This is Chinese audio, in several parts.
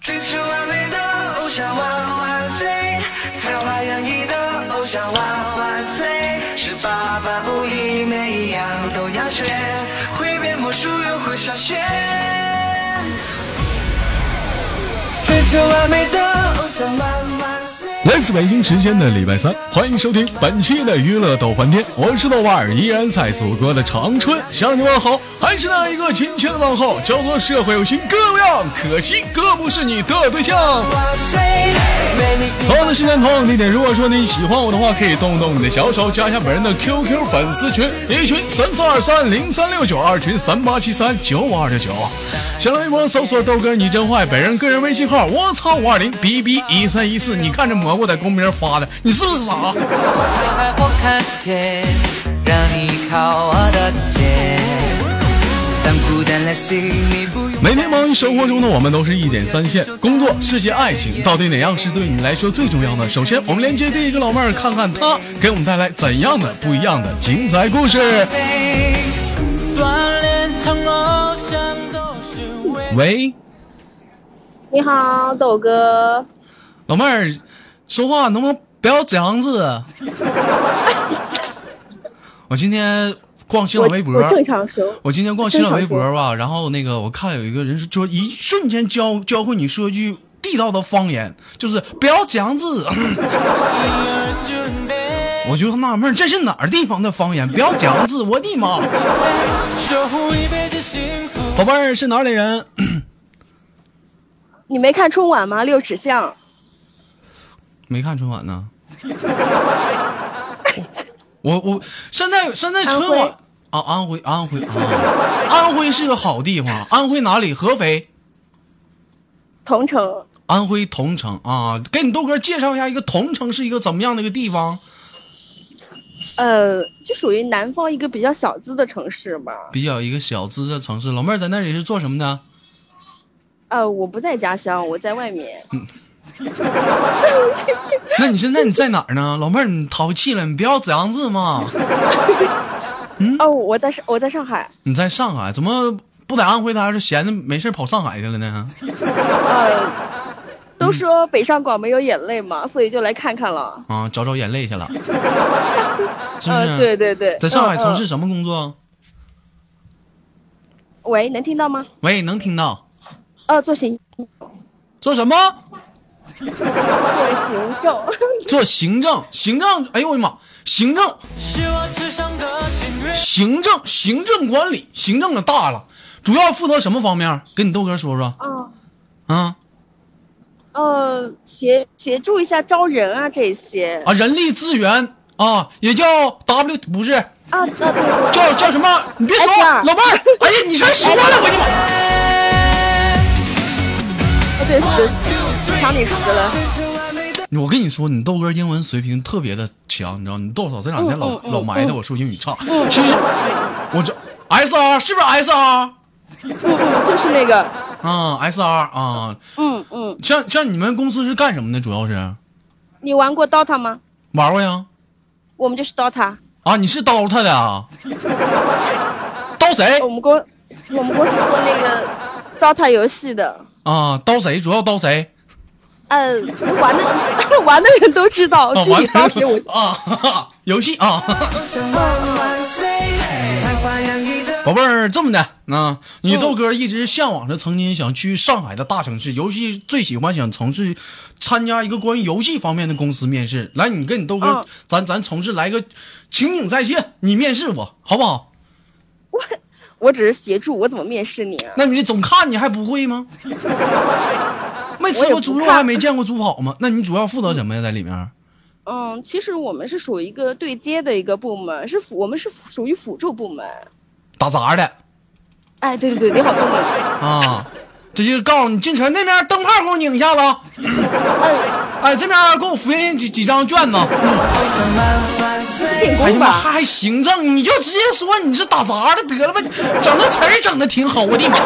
追求完美的偶像万万岁，才华洋溢的偶像万万岁，是爸爸不易，每一样都要学，会变魔术又会上学。追求完美的偶像万万岁。来自北京时间的礼拜三，欢迎收听本期的娱乐逗翻天，我是豆瓣儿，依然在祖国的长春向你问好，还是那一个亲切的问候，叫做社会有型哥有样，可惜哥不是你的对象。万岁，没你同样的时间，同样的地点。如果说你喜欢我的话，可以动动你的小手，加一下本人的 QQ 粉丝群，一群三四二三零三六九，二群三八七三九五二六九。新浪微博搜索豆哥你真坏，本人个人微信号我操五二零 b b 一三一四。你看这蘑菇在公屏上发的，你是不是傻？我还我看见，让你靠我的肩。当孤单来袭，你不用每天忙于生活中的我们，都是一点三线：工作、事业、爱情，到底哪样是对你来说最重要呢？首先，我们连接第一个老妹儿，看看她给我们带来怎样的不一样的精彩故事。悲，锻炼成偶像都是为。喂，你好，豆哥，老妹儿，说话能不能不要这样 子？啊我今天逛新我浪微博，我正常说，我今天逛新浪微博正常吧，然后那个我看有一个人是说，一瞬间教教会你说一句地道的方言，就是不要这样子。 我就纳闷儿，这是哪儿地方的方言？不要这样子，我的 妈！宝贝儿是哪里人？你没看春晚吗？六尺巷，没看春晚呢。我我现在现在春晚啊，安徽安徽啊，安徽是个好地方。安徽哪里？合肥，同城，安徽桐城啊。给你豆哥介绍一下，一个桐城是一个怎么样的一个地方？呃，就属于南方一个比较小资的城市吧。比较一个小资的城市。老妹儿在那里是做什么的？呃，我不在家乡，我在外面。那你现在你在哪儿呢？老妹儿，你淘气了，你不要这样子嘛。哦，我在上，我在上海。你在上海，怎么不在安徽待着，闲的没事儿跑上海去了呢？呃，都说北上广没有眼泪嘛，所以就来看看了。啊，找找眼泪去了，是不是？啊呃，对对对，在上海从嗯事嗯什么工作？喂，能听到吗？喂，能听到？呃，做行做什么？做行政，做行政，行政。哎呦我的妈！行政，行政，行政管理，行政可大了，主要负责什么方面？跟你豆哥说说啊，啊呃，协协助一下招人啊这些。啊！人力资源啊，也叫 W，不是啊啊，对对对。叫叫什么？你别说， HR 老妹 儿，哎呀，你全说了，我的妈！啊，对，死抢你死了。我跟你说，你豆哥英文水平特别的强，你知道？你豆嫂这两天老、嗯嗯嗯老埋汰我说英语差，其实我这 S R 是不是 S R 嗯嗯，就是那个，啊？S R 啊，嗯嗯，像像你们公司是干什么的？主要是你玩过 DOTA 吗？玩过呀？我们就是 DOTA，啊，你是刀他的啊？刀谁我们公我们公司做那个 DOTA 游戏的，啊？刀谁？主要刀谁？呃，玩的 玩的人都知道，啊，哦具完体当时我了啊 哈哈，游戏 啊，宝贝儿，这么的啊，嗯你豆哥一直向往着曾经想去上海的大城市，尤其最喜欢想从事参加一个关于游戏方面的公司面试。来，你跟你豆哥，嗯咱咱从事来个情景再现，你面试我好不好？我只是协助，我怎么面试你啊？那你总看你还不会吗？没吃我也过不猪肉看还没见过猪跑吗？那你主要负责什么呀？在里面？嗯，其实我们是属于一个对接的一个部门，是辅我们是属于辅助部门。打杂的哎，对对对，你好聪明。啊，这就是告诉你进城那边灯泡给我拧一下子啊，哎，这边给我复印几几张卷子。啊电哎呀工妈，吧，还行政，你就直接说你是打杂的得了吧，整的词儿整的挺好，我的妈！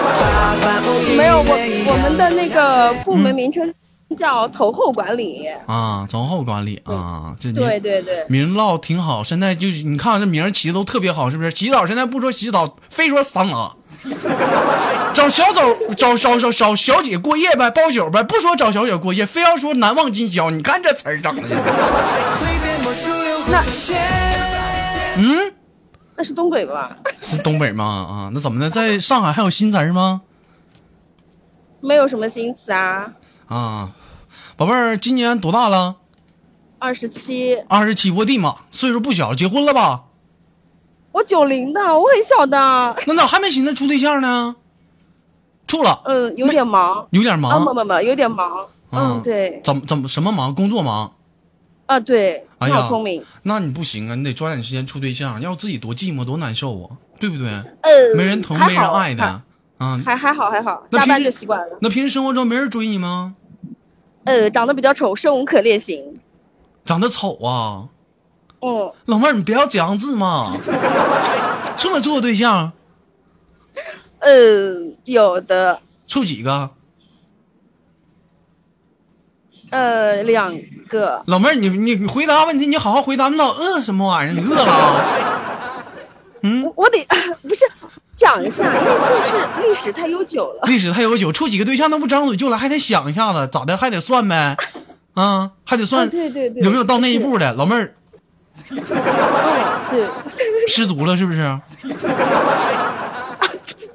没有我我们的那个部门名称叫投后管理。啊，从后管理啊，这名对对对，名唠挺好，现在就是你看这名儿起的都特别好，是不是？洗澡现在不说洗澡，非说桑拿， 找小走找找找找小姐过夜呗，包宿呗，不说找小姐过夜，非要说难忘今宵。你看这词儿整 的，那嗯，那是东北吧？是东北吗？啊，那怎么的，在上海还有新词儿吗？没有什么新词啊。啊，宝贝儿，今年多大了？二十七，二十七，我的妈，岁数不小，结婚了吧？我九零的，我很小的。那咋还没寻思处对象呢？处了，嗯，有点忙。有点啊，忙不。不不，有点忙。嗯，对。怎么怎么什么忙？工作忙。啊，对，哎你呀好聪明。那你不行啊，你得抓紧时间处对象，要自己多寂寞多难受啊，对不对？呃，没人疼，还没人好爱的，啊。还还好还好，那加平班时就习惯了。那平时生活中没人追你吗？呃，长得比较丑，生无可恋型。长得丑啊，嗯，老妹儿，你不要讲字嘛。处没处过对象？呃，有的，处几个？呃，两个，老妹儿，你你你回答问题，你好好回答，你老饿什么玩意儿？你饿了啊？我我得不是讲一下，因为故事历史太悠久了。历史太悠久，处几个对象那不张嘴就来，还得想一下子，咋的还得算呗，啊，还得算，啊对对对有没有到那一步的？老妹儿对，啊失足了是不是？这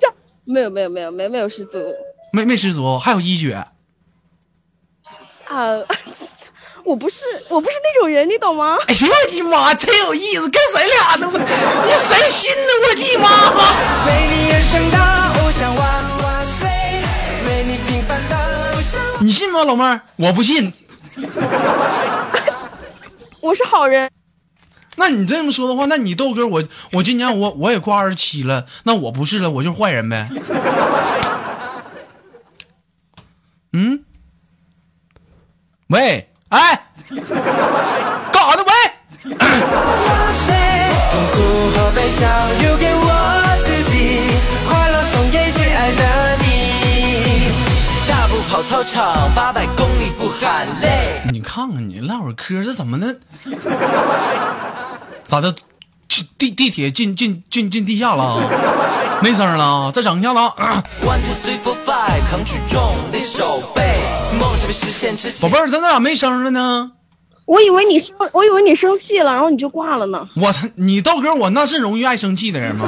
样没有没有没有没有没有失足没没失足，还有医学，啊、我不是我不是那种人，你懂吗？哎呦我的妈，真有意思，跟谁俩呢？我你谁信呢？我的妈！为你而生的偶像，哇哇塞！为你平凡的偶像。你信吗，老妹儿？我不信。我是好人，那你这么说的话，那你豆哥，我我今年我我也过二十七了，那我不是了，我就是坏人呗。嗯，喂，哎，干啥呢？喂，哇塞，痛苦和悲伤留给我自己，快乐送给最爱的你。大步跑操场，八百公里不喊累。你看看你唠会儿嗑，这怎么的？ 咋的？去地地铁进进进进地下了啊？没声了啊，再整一下子啊！ One two three four five，扛举重的手背，梦是被实现之宝前贝。儿，咱咋没声了呢？我以为你生我以为你生气了，然后你就挂了呢。我他你豆哥，我那是容易爱生气的人吗？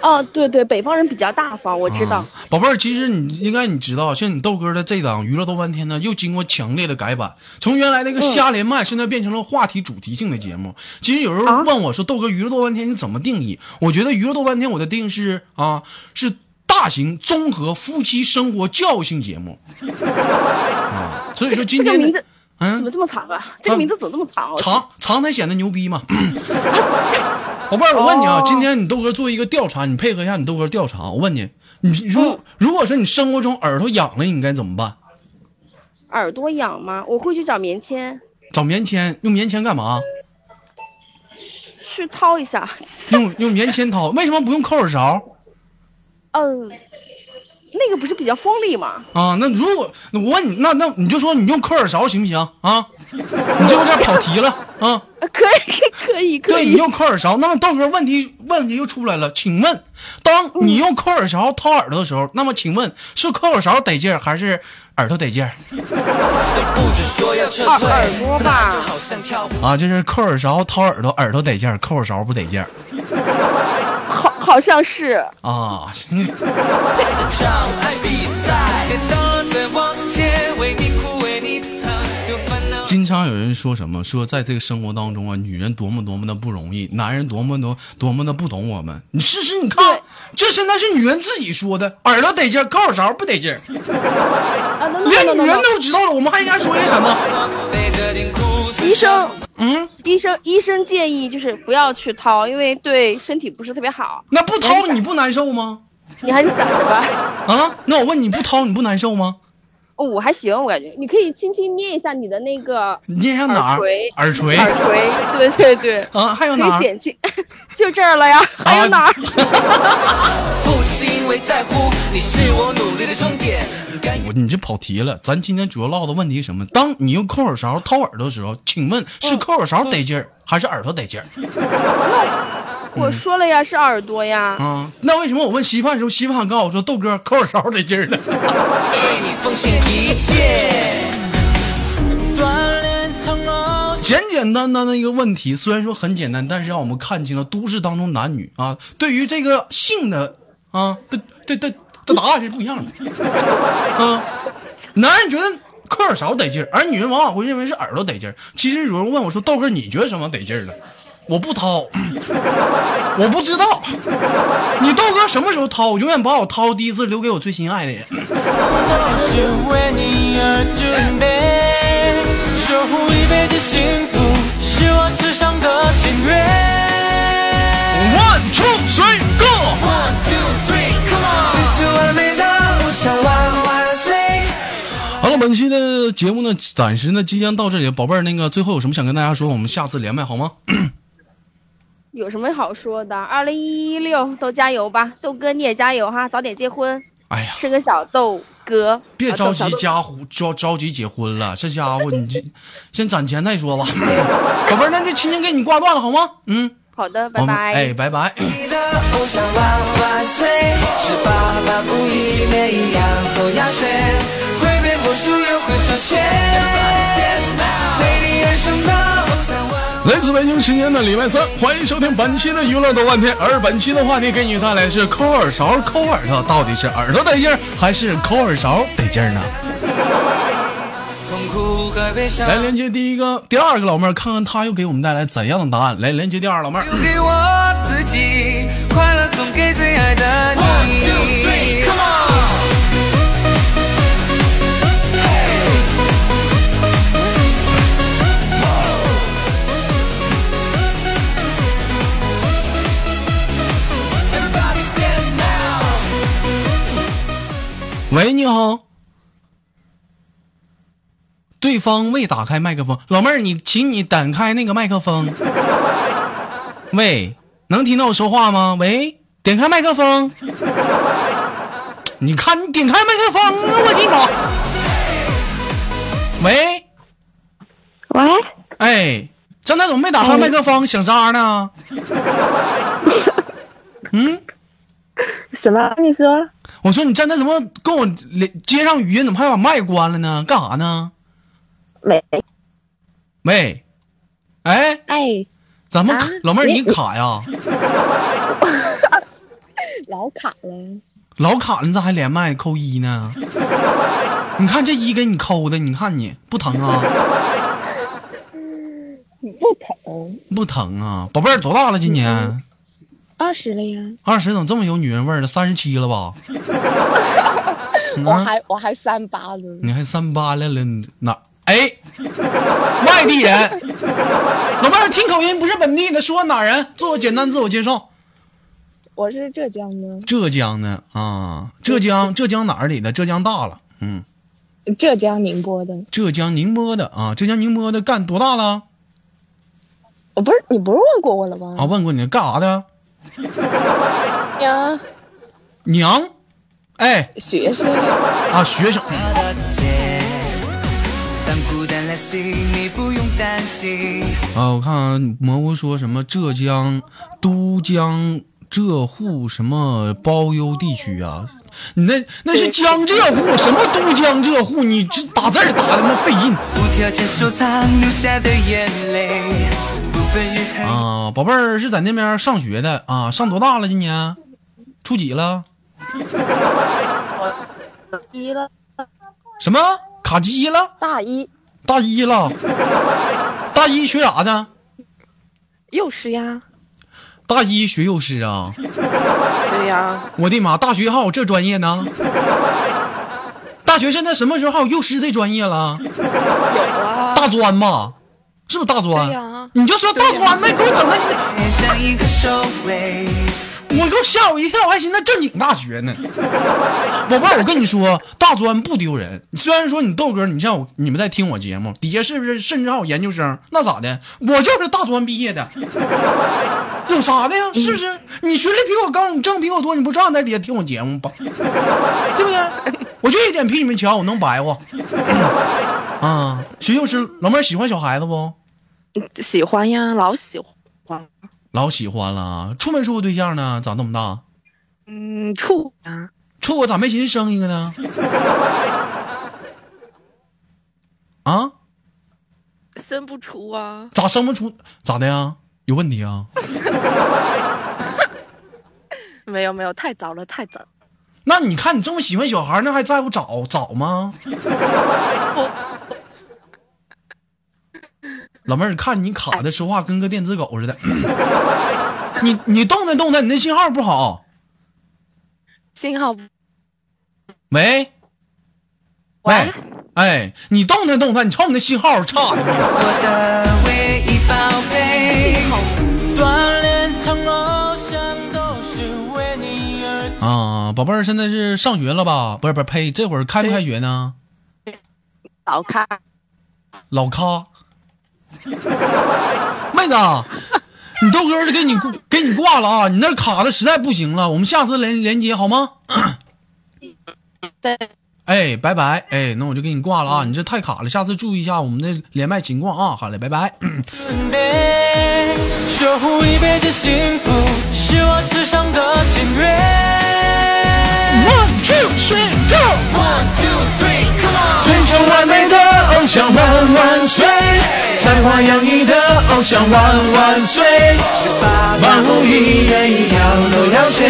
啊，对对，北方人比较大方，我知道。啊宝贝儿，其实你应该你知道，像你豆哥的这档《娱乐豆翻天》呢，又经过强烈的改版，从原来那嗯个瞎连麦，现在变成了话题主题性的节目。其实有人啊问我说：“豆哥，《娱乐豆翻天》你怎么定义？”我觉得《娱乐豆翻天》我的定义是啊，是大型综合夫妻生活教育性节目。 啊，所以说今这个天呢名字怎么嗯，这么长啊？这个名字怎么这么长、啊？长长才显得牛逼嘛。 宝贝儿，我问你啊，哦今天你豆哥做一个调查，你配合一下你豆哥调查。我问你，你如、如果说你生活中耳朵痒了，你该怎么办？耳朵痒吗？我会去找棉签找棉签，用棉签干嘛？去掏一下。用用棉签掏？为什么不用抠耳勺嗯，那个不是比较锋利吗？啊？那如果我问你，那那你就说你用抠耳勺行不行啊？你这有点跑题了啊。啊可以，可以，可对你以。用抠耳勺，那么豆哥问题问题又出来了，请问，当你用抠耳勺掏耳朵的时候，那么请问是抠耳勺得劲儿还是耳朵得劲儿？不止说要撤退，耳朵吧就好像跳舞。啊，就是抠耳勺掏耳朵，耳朵得劲儿，抠耳勺不得劲儿好，好像是。啊。障碍比赛，跌倒了再往前，为你哭，为你疼，有烦恼。经常有人说什么，说在这个生活当中啊，女人多么多么的不容易，男人多么多多么的不懂我们。你试试，你看对，这现在是女人自己说的，耳朵得劲儿，抠耳勺不得劲儿，啊，等等连等女等人等。都知道了，我们还应该说些什么？背着点哭诉医生，嗯，医生，医生建议就是不要去掏，因为对身体不是特别好。那不掏你不难受吗？你还是攒着吧。啊，那我问你不掏你不难受吗？哦，我还行，我感觉。你可以轻轻捏一下你的那个你捏一下哪耳儿垂？耳垂耳 垂，对对对。啊，还有可哎哪以儿？减轻， 就这儿了呀，还有 哪儿？付出是因为在乎，你是我努力的终点。甘我你这跑题了，咱今天主要唠的问题是什么？当你用抠耳勺嗯掏耳朵的时候，请问是抠耳勺得劲儿，还是耳朵得劲儿？我说了呀，是耳朵呀。啊，那为什么我问稀饭的时候，稀饭告诉我说豆哥抠耳勺得劲儿了？为你奉献一切。锻炼从容。简简单单的一个问题，虽然说很简单，但是让我们看清了都市当中男女啊对于这个性的啊的的的的答案是不一样的。啊，男人觉得抠耳勺得劲儿，而女人往往会认为是耳朵得劲儿。其实有人问我说：“豆哥，你觉得什么得劲儿了？”我不掏， 我不知道。你豆哥什么时候掏？我永远把我掏第一次留给我最心爱的人。都是为你而准备。守护一辈子幸福，是我至上的心愿。 One two three go。 One two three, come on！这是完美的偶像万万岁！好了，本期的节目呢，暂时呢即将到这里，宝贝儿，那个最后有什么想跟大家说，我们下次连麦好 吗？有什么好说的？二零一六都加油吧，豆哥你也加油哈，早点结婚，哎呀，生个小豆哥。别啊着豆急小豆家伙着着急结婚了，这家伙你这先攒钱再说吧， 宝贝儿，那就亲情给你挂断了好吗？嗯，好的，我拜们拜。哎，拜拜。 你的偶像万万岁！是爸爸不一，每一样都要学，会变魔术又会数学。为你而生的偶像万万岁。来自北京时间的礼拜三，欢迎收听本期的娱乐豆瓣天。而本期的话题给你带来是抠耳勺、抠耳朵，到底是耳朵得劲儿还是抠耳勺得劲儿呢？痛苦和悲伤来连接第一个、第二个老妹儿，看看她又给我们带来怎样的答案。来连接第二老妹儿，留给我自己，快乐送给最爱的你。 One, two, three, come on！ Everybody dance now 喂，你好。对方未打开麦克风，老妹儿，你请你打开那个麦克风。喂，能听到我说话吗？喂，点开麦克风。你看，你点开麦克风，我的妈！喂，喂，哎，张大怎么没打开麦克风？想渣呢？什么？你说我说你站在怎么跟我连接上语音，怎么还把麦关了呢？干啥呢？没？喂，哎，哎，咱们卡、啊老妹儿你你卡呀，老卡了。老卡了，你咋还连麦扣一呢？你看这一给你扣的，你看你不疼啊？不疼，不疼啊，宝贝儿多大了？今年二十了呀，二十，怎么这么有女人味儿了？三十七了吧？我还我还三八呢。你还三八来了？你哪？哎，外地人，老妹儿听口音不是本地的，说哪人？做个简单自我介绍。我是浙江的，浙江的啊，浙江浙江哪儿里的？浙江大了，嗯，浙江宁波的。浙江宁波的啊，浙江宁波的干多大了？我不是你不是问过我了啊，吗？问过你干啥的？呀，娘，哎学生，啊，学生，到了街，当孤单来袭，你不用担心。啊，我看啊蘑菇说什么浙江都江浙沪什么包邮地区啊？你那那是江浙沪，什么都江浙沪？你这打字儿打的那么费劲无条件收藏留下的眼泪，不分日黑。啊！宝贝儿是在那边上学的啊，上多大了？今年初几了？一了，什么卡机了？大一，大一了？大一学啥的？幼师呀。大一学幼师啊！对呀、我的妈！大学还有这专业呢？大学现在什么时候还有幼师这专业了？有啊，大专吧？是不是大专？对呀你就说大专呗，给我整的，点上一个收尾，我给我吓我一跳，我还寻思正经大学呢。宝贝儿，我跟你说，大专不丢人。虽然说你豆哥，你像我，你们在听我节目，底下是不是甚至还有研究生？那咋的？我就是大专毕业的，有啥的呀？是不是？你学历比我高，你挣比我多，你不照样在底下听我节目吧？对不对？我就一点比你们强，我能白嗯活。啊，学幼师，老妹儿喜欢小孩子不？喜欢呀，老喜欢。老喜欢了，啊处没处过对象呢？长这么大，嗯，处啊，处过咋没寻思生一个呢？啊？生不出啊，咋生不出？咋的呀？有问题啊？没有没有，太早了太早了，那你看你这么喜欢小孩，那还在乎找找吗？老妹儿，看你卡的说话跟个电子狗似的，你你动弹动弹，你那信号不好。幸好不喂，喂喂，哎，你动弹动弹，你瞅你那信号差的，我的唯一宝贝幸。好锻炼成偶像都是为你而。啊，宝贝儿，现在是上学了吧？不是不是，呸，这会儿开没开学呢？早开，老咖， 妹子，你豆哥儿给你给你挂了啊！你那卡的实在不行了，我们下次连连接好吗？对，哎，拜拜，哎，那我就给你挂了啊！你这太卡了，下次注意一下我们的连麦情况啊！好嘞，拜拜。准备，守护一辈子幸福，是我至上的心愿。 One two three go， One two three, come on！追求完美的偶像万万岁，才华洋溢的偶像万万岁，万物一人一样都要学，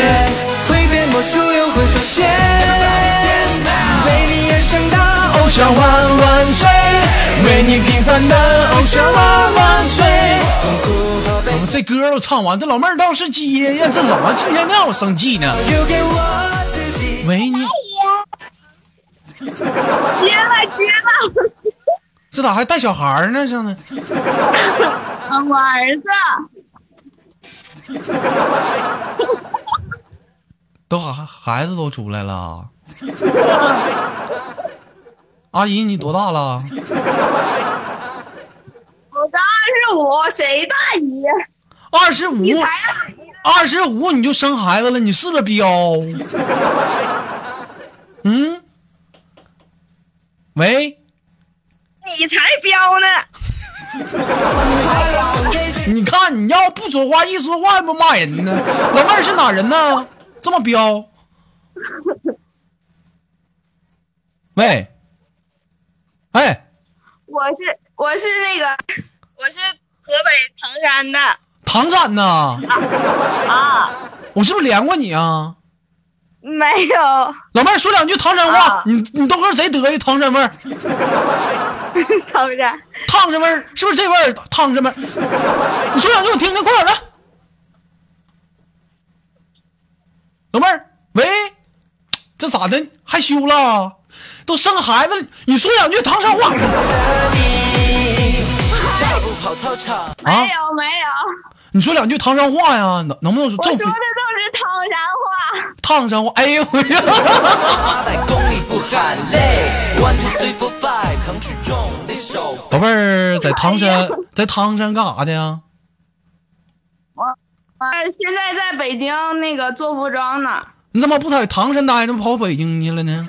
会变魔术又会说学，为你而生的偶像万万岁，为你平凡的偶像万万岁。这歌儿我唱完，这老妹儿倒是接呀，这怎么今天让我生气呢？留给我自己。喂你，接了接了，这咋还带小孩儿呢？上呢？啊，我儿子，都孩孩子都出来了。阿姨，你多大了？我的二十五，谁大姨？二十五，大姨，二十五你就生孩子了，你是不是彪？嗯？喂，你才彪呢，你看你要不说话，一说话不骂人呢。老妹儿是哪人呢？这么彪？喂，哎，我是我是那个，我是河北唐山的唐山呐，啊，我是不是连过你啊？没有。老妹儿说两句唐山话，啊你你豆哥贼得意，唐山味儿，唐山，唐山味儿是不是这味儿？唐山味儿，你说两句我听听，快点的。老妹儿，喂，这咋的？害羞了？都生孩子了，你说两句唐山话跑操场，啊没？有没有，你说两句唐山话呀？能能不能我正说的都是唐山话。唐山话？哎呦 我呀！八百公里不喊累。One two three four five，扛举重的手。宝贝儿，在唐山，在唐山干啥的呀？哎，现在在北京那个做服装呢，你怎么不在唐山待着，跑北京去了呢？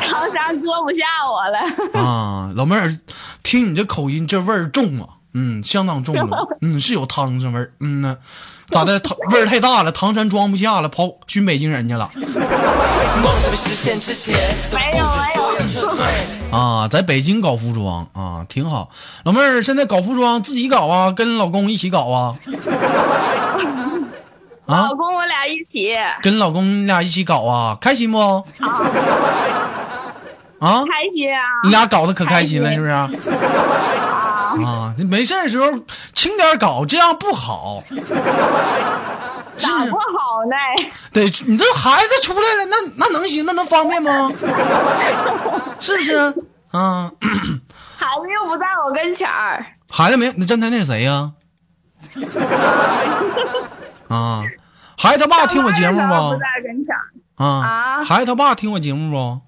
唐山搁不下我了。啊，老妹儿，听你这口音，这味儿重啊，嗯，相当重了，嗯，是有汤山味儿，嗯呢，咋的？唐 味儿太大了，唐山装不下了，跑寻北京人去了梦想没实现之前，都不知所要撤退。啊，在北京搞服装啊，挺好。老妹儿现在搞服装自己搞啊，跟老公一起搞啊，啊老，公，我俩一起跟老公你俩一起搞啊，开心不？啊，开心啊！你俩搞得可开心了，哎是不是？啊，你没事儿的时候轻点儿搞，这样不好。是咋不好呢？得，你这孩子出来了，那那能行？那能方便吗？是不是？啊，孩子又不在我跟前儿，孩子没？那站台那是谁呀、啊？孩子他爸听我节目上班的时候不不在？跟前儿，啊，啊孩子他爸听我节目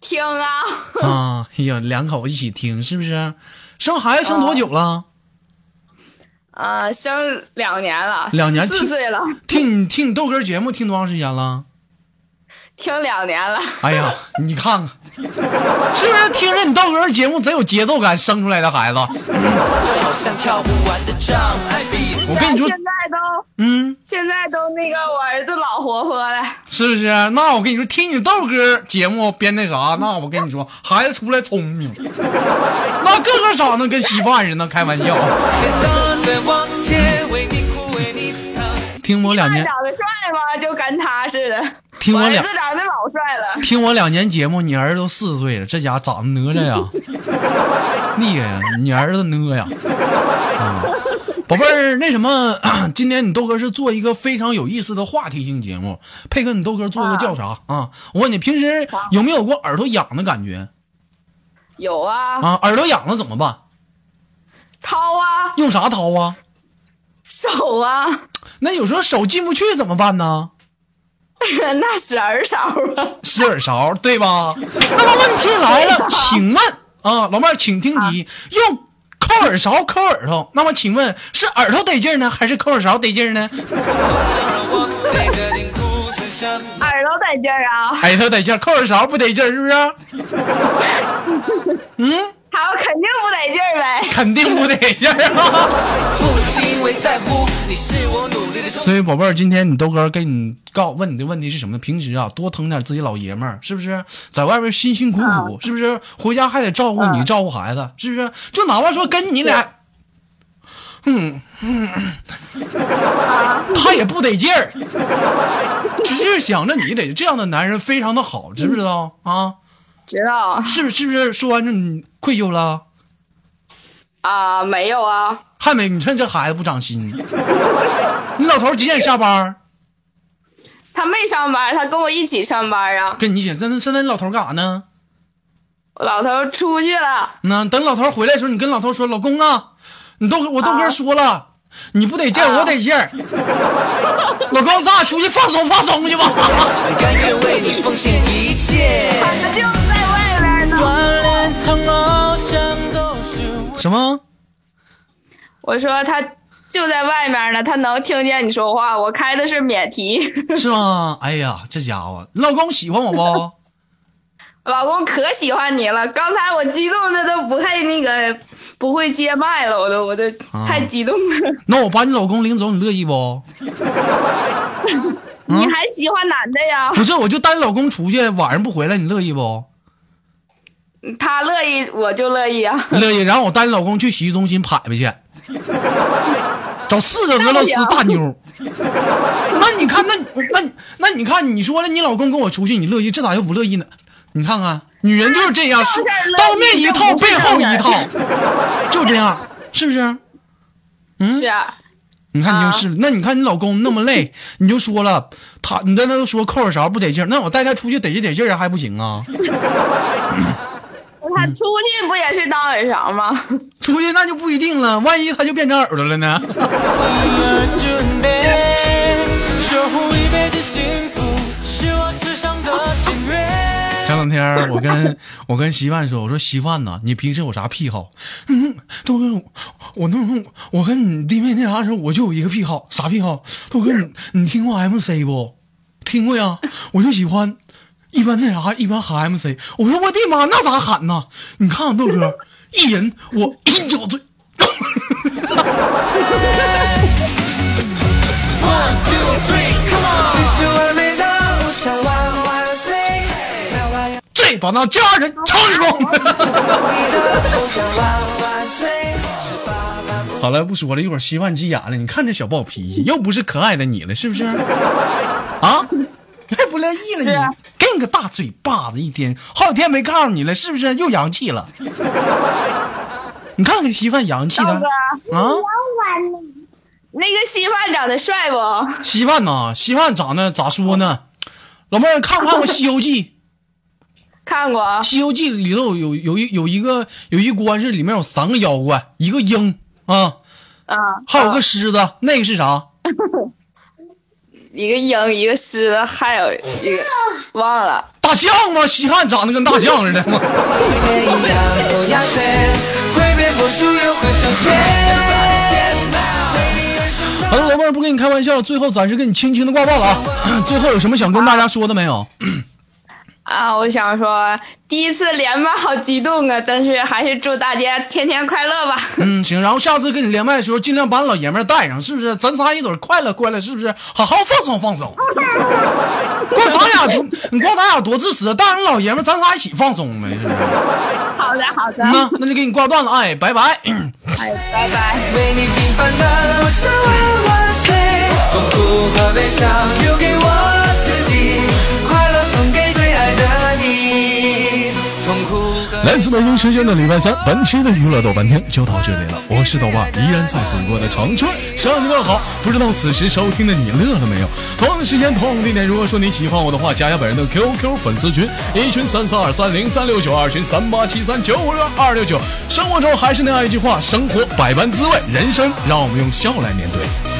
听啊， 不？啊，哎呀，两口一起听，是不是？生孩子生多久了？啊，生两年了，两年四岁了，听你听你豆哥节目听多长时间了？听两年了，哎呀，你看看，是不是听着你豆哥的节目贼有节奏感生出来的孩子？好像跳不完的障碍比赛我跟你说，现在都嗯，现在都那个我儿子老活泼了，是不是？那我跟你说，听你豆哥节目编那啥，那我跟你说，孩子出来聪明，那个个长得跟稀饭似的，开玩笑。天真的往前，为你哭，为你疼。听我两他年，长得帅吗？就跟他似的。听我我两儿子长得老帅了，听我两年节目，你儿子都四岁了，这家长得哪吒呀，厉害呀！你儿子哪呀？嗯宝贝儿，那什么， 今天你豆哥是做一个非常有意思的话题性节目，配合你豆哥做一个调查啊我问你，平时有没有过耳朵痒的感觉有啊，啊？耳朵痒了怎么办？掏啊，用啥掏啊？手啊， 那有时候手进不去怎么办呢？那是儿勺啊。石耳勺，对吧？ 那么问题来了， 请问啊，老妹儿，请听题，用抠耳勺抠耳朵，那么请问是耳朵得劲儿呢，还是抠耳勺得劲 儿呢？我背着你哭死什么？耳朵在这儿啊，耳朵得劲儿，抠耳勺不得劲儿，是不是？他肯定不得劲儿呗。肯定不得劲儿啊！付出因为在乎，你是我努力的终所以宝贝儿，今天你豆哥给你告问你的问题是什么呢？平时啊，多疼点自己老爷们儿，是不是？在外边辛辛苦苦，是不是？回家还得照顾你，照顾孩子，是不是？就哪怕说跟你俩，嗯，嗯他也不得劲儿，只是想着你得这样的男人非常的好，知不知道啊？知道是不是？是不是？说完之后你愧疚了？啊，没有啊，还没，你看这孩子不长心。你老头儿几点下班儿？他没上班，他跟我一起上班啊。跟你一起，那那现在你老头儿干啥呢？我老头出去了，那等老头儿回来的时候，你跟老头儿说：“老公啊，你豆哥我豆哥说了，你不得劲儿，我得劲儿。 老公，咱俩出去放松放松去吧。 于甘愿为你奉献一切。他就在外边呢。锻炼成偶像都是为什么？我说他就在外面呢，他能听见你说话。我开的是免提，是吗？哎呀，这家伙，你老公喜欢我不？ 老公可喜欢你了。刚才我激动的都不太那个，不会接麦了，我都我都啊太激动了。那我把你老公领走，你乐意不？你还喜欢男的呀？不是，我就带你老公出去，晚上不回来，你乐意不？他乐意我就乐意啊。 乐意。然后我带你老公去洗浴中心拍拍去，找四个俄罗斯大妞。那你看，那那那你看，你说了，你老公跟我出去，你乐意，这咋又不乐意呢？你看看，女人就是这样，说当面一套，背后一套，就这样，是不是？ 是啊，你看你就是，那你看你老公那么累，你就说了，他你在那都说扣耳勺不得劲儿，那我带他出去得劲得劲儿还不行啊？他出去不也是当耳勺吗？出去那就不一定了，万一他就变成耳朵了呢？你而准备，守护一辈子幸福是我至上的心愿。前两天儿我跟我跟稀饭说，我说稀饭呐，你平时有啥癖好？ 嗯，豆哥，我我那时候我跟你弟妹那啥时候，我就有一个癖好，啥癖好？豆哥，你你听过 MC 不？听过呀，我就喜欢一般那啥，一般喊 MC。我说我的妈，那咋喊呐？你看看豆哥，一人我一脚嘴。 One two three come on，真是完美的偶像万万岁，在万有这把那家人成双。你的偶像万万岁。好了，不说了，一会儿稀饭急眼了。你看这小暴脾 气，又不是可爱的你了，是不是？啊，还不乐意了啊你？给你个大嘴巴子，一天好几天没告诉你了，是不是？又洋气了。你看看稀饭洋气的啊！那个稀饭长得帅不？稀饭呐，稀饭长得咋说呢？老妹儿看不看过《西游记》？看过啊《西游记》里头有有一有一个有一关是里面有三个妖怪，一个鹰啊，啊，还有个狮子，那个是啥？一个鹰，一个狮子，还有一个忘了。大象吗？稀罕长得跟大象 似的吗？每一样都要学，会变魔术又会上学。好 了，老妹儿不跟你开玩笑，最后暂时跟你轻轻的挂断了啊。最后有什么想跟大家说的没有？啊，我想说第一次连麦好激动啊，但是还是祝大家天天快乐吧。 嗯，行，然后下次跟你连麦的时候，尽量把老爷们儿带上，是不是？咱仨一会儿快乐快乐，是不是？好好放松放松。光咱俩多， 你光咱俩多自私，带上老爷们儿，咱仨一起放松呗，是不是？ 好的，好的嗯呐，那就给你挂断了，哎，拜拜。 哎，拜拜。为你平凡的我想万万岁，痛苦和悲伤留给我自己，快乐送给最爱的你。痛苦和来自北京时间的礼拜三，本期的娱乐豆瓣天就到这里了。我是豆瓣，依然在祖国的长春向你问好。不知道此时收听的你乐了没有？同样的时间，同样的地点。如果说你喜欢我的话，加一下本人的 QQ 粉丝群，一群三三二三零三六九，二群三八七三九五六二六九。生活中还是那样一句话：生活百般滋味，人生让我们用笑来面对。